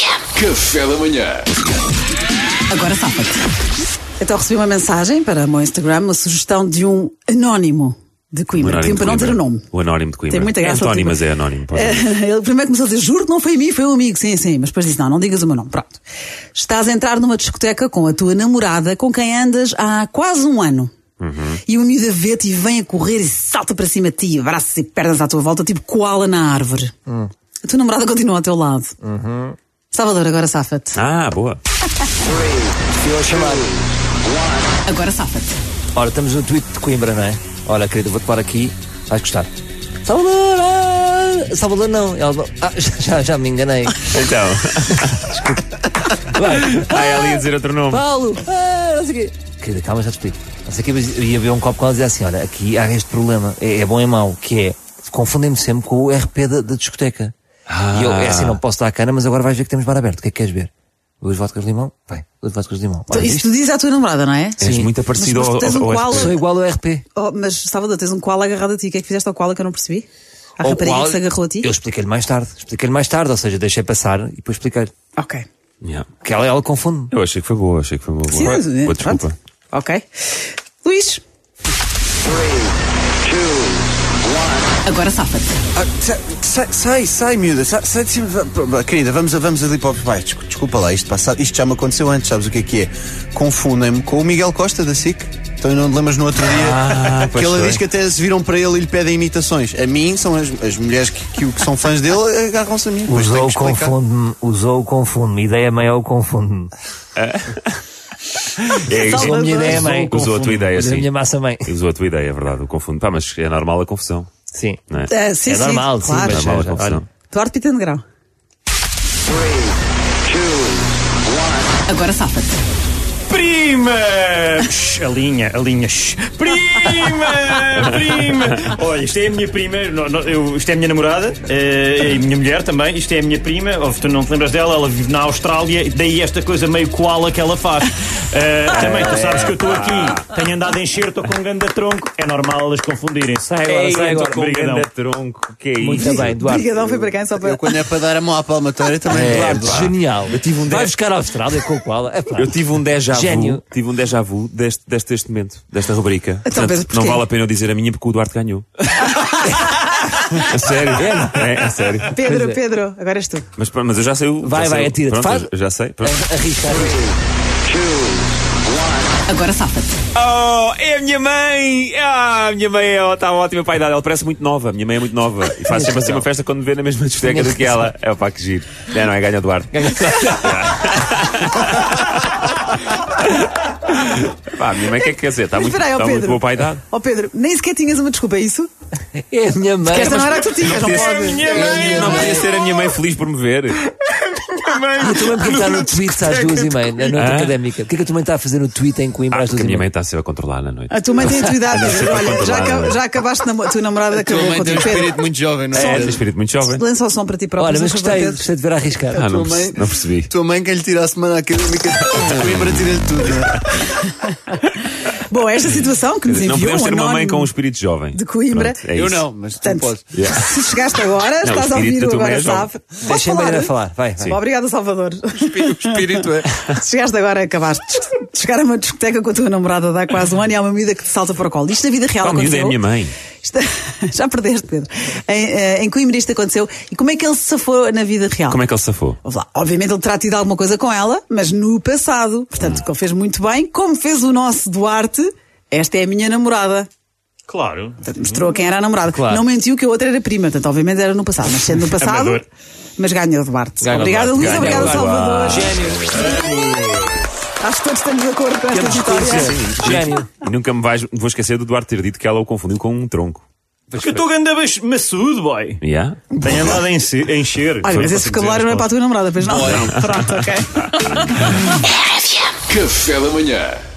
Café da manhã. Agora safa-te. Então recebi uma mensagem para o meu Instagram, uma sugestão de um anónimo de Coimbra. anónimo Sim, de para não Coimbra. dizer o nome. O anónimo de Coimbra. Tem muita graça. É Antónimo, tipo- mas é anónimo. pode dizer. Eh, Ele primeiro começou a dizer, juro que não foi a mim, foi um amigo. Sim, sim. Mas depois disse, não, não digas o meu nome. Pronto. Estás a entrar numa discoteca com a tua namorada, com quem andas há quase um ano. Uhum. E o miúdo vê-te e vem a correr e salta para cima de ti, braços e pernas à tua volta, tipo coala na árvore. A tua namorada continua ao teu lado. Salvador, agora safa-te. Ah, boa. Fui ao chamado. Agora safa-te. Ora, estamos no tweet de Coimbra, não é? Ora, querido, vou-te pôr aqui. Vais gostar. Salvador! ah! Salvador não. Ela- Ah, já, já, já me enganei. Então. Vai. ah, ela ia dizer outro nome. Paulo! Ah, não sei o quê. Querida, calma, já te explico. Não sei o quê, mas eu ia ver um copo com ela e dizia assim: olha, aqui há este problema. É, é bom e mau, que é. Confundem-me sempre com o RP da, da discoteca. E eu, é assim, não posso dar a cara, mas agora vais ver que temos bar aberto. O que é que queres ver? Duas vodkas de limão? Vai, duas vodkas de limão. Olha, Então, isso isto- tu dizes à tua namorada, não é? És Sim. muito aparecido Mas- mas ao, tens um ao, ao koala. Sou igual ao RP. Oh, mas Salvador, tens um koala agarrado a ti. O que é que fizeste ao koala que eu não percebi? A Ao rapariga qual que se agarrou a ti? Eu expliquei-lhe mais tarde. Expliquei-lhe mais tarde, ou seja, deixei passar e depois expliquei-lhe. Ok. Yeah. Porque ela, ela confunde-me. Eu achei que foi boa, achei que foi uma boa. Sim, mas, eh, boa desculpa. pronto. Ok. Luís. Agora safa-te. Ah, sa- sai, sai, sai, miúda, sai, sai de cima. Va- pá, pá, Querida, vamos, vamos ali para o baixo. Desculpa, desculpa lá, isto, passado, isto já me aconteceu antes, sabes o que é que é? Confundem-me com o Miguel Costa da SIC. Então não te lembras no outro dia Ah, que pois ele foi. diz que até se viram para ele e lhe pedem imitações. A mim são as, as mulheres que, que, o- que são fãs dele, agarram-se a mim. Depois tenho Usou, que explicar. confunde-me. Usou, confunde-me. Ideia maior, confunde-me. É, Salva Usou a minha Salvador. ideia mãe. Usou a tua ideia, Usou a sim. minha massa mãe. Usou a tua ideia, é verdade. Eu confundo. Pá, mas é normal a confusão. Sim. Não é? É, sim, é sim, normal, sim, claro. mas normal a já- confusão. olha, Duarte Pita Negrão. Agora safa-te. Prima! Shhh, alinha, alinha. shhh. Prima! Prima! Olha, isto é a minha prima, no- no- eu- isto é a minha namorada, eh, e a minha mulher também, isto é a minha prima, ou tu não te lembras dela, ela vive na Austrália, e daí esta coisa meio koala que ela faz. Eh, também, tu sabes que eu estou aqui, tenho andado em encher, estou com um ganda tronco, é normal elas confundirem. Sai agora, sai eu tô agora. com um ganda- Ganda tronco, que é Muito isso? bem, Duarte. Obrigadão foi para quem? Só para... Eu, quando é para dar a mão à palmatória, também. É, Claro, Duarte, genial. Eu tive um Vai buscar a Austrália com o qual? É Eu tive um déjà vu, Gênio. tive um déjà vu deste, deste este momento, desta rubrica. Então, mas não porquê? vale a pena eu dizer a minha porque o Duarte ganhou. é sério, é, é sério. Pedro, Pedro, agora és tu. Mas, pronto, mas eu já sei o. Vai, já sei vai, o- atira-te. Pronto, Faz- eu já sei. É, Pronto. Arriscar. Agora safa-te. Oh, é a minha mãe! Ah, a minha mãe está é, tá ótima para a idade. Ela parece muito nova. A minha mãe é muito nova. E faz sempre assim uma festa quando me vê na mesma discoteca do que ela. É pá, que giro. É, não é? Ganha o Duarte. Pá, a minha mãe, o que é que quer dizer? Está Mas muito, espera aí, ó tá muito Pedro. boa para a idade. Ó Oh, Pedro, nem sequer tinhas uma desculpa, é isso? É a minha mãe. Que esta não era a que tu tinhas, não podia pode. ser- Não podia ser a É minha mãe feliz por me ver. A tua mãe perguntar no tweet às duas e meia, na noite Ah? académica. O que é que a tua mãe está a fazer no tweet em Coimbra Ah, às duas porque a e minha meia? mãe está sempre a controlar na noite. A tua mãe tem a tua idade. Anda sempre a Olha, já, controlar, acab- não é? já acabaste, namo- a tua namorada acabou também tem um contigo. Pedro, espírito muito jovem, não É, é? de espírito muito jovem. lança o som para ti próprio. Olha, mas só para gostei, Pedro. gostei de ver a arriscar. Ah, não, Tua mãe- perce- não percebi. Tua mãe que lhe tira a semana académica de Coimbra, tira-lhe tudo, não é? Bom, esta situação que nos enviou Não podemos um ter uma mãe anónimo com um espírito jovem. de Coimbra. Pronto, é Eu isso. não, mas tu Portanto, podes. Yeah. Se chegaste agora, Não, estás o a espírito ouvir da o tua agora mãe é jovem. sabe. Posso Deixa a falar? Mariana falar, vai. vai. Sim. Obrigada, Salvador. O espírito é. Se chegaste agora, acabaste de chegar a uma discoteca com a tua namorada de há quase um ano e há uma miúda que te salta para o colo. Isto na vida real Qual miúda aconteceu. é a minha mãe? Isto- Já perdeste, Pedro. Em, eh, em Coimbra isto aconteceu. E como é que ele se safou na vida real? Como é que ele safou? Vamos lá. Obviamente ele terá tido alguma coisa com ela, mas no passado. Portanto, Hum. que ele fez muito bem. Como fez o nosso Duarte, esta é a minha namorada. Claro. Portanto, mostrou quem era a namorada. Claro. Não mentiu que a outra era prima. Portanto, obviamente era no passado. Mas sendo no passado. Amador. mas ganhou Duarte. Ganhou obrigada, Duarte, Luís. ganhou Obrigada, Duarte. Salvador. Gênio. Acho que todos estamos de acordo com esta vitória. Gênio. E nunca me vais, vou esquecer do Duarte ter dito que ela o confundiu com um tronco. Porque eu estou ganda bas- maçudo, boy. Yeah? Tenho andado a enche- a encher. Olha, mas esse Posso dizer, vocabulário não é mas para a tua namorada, pois não? Pronto, ok. Café da manhã.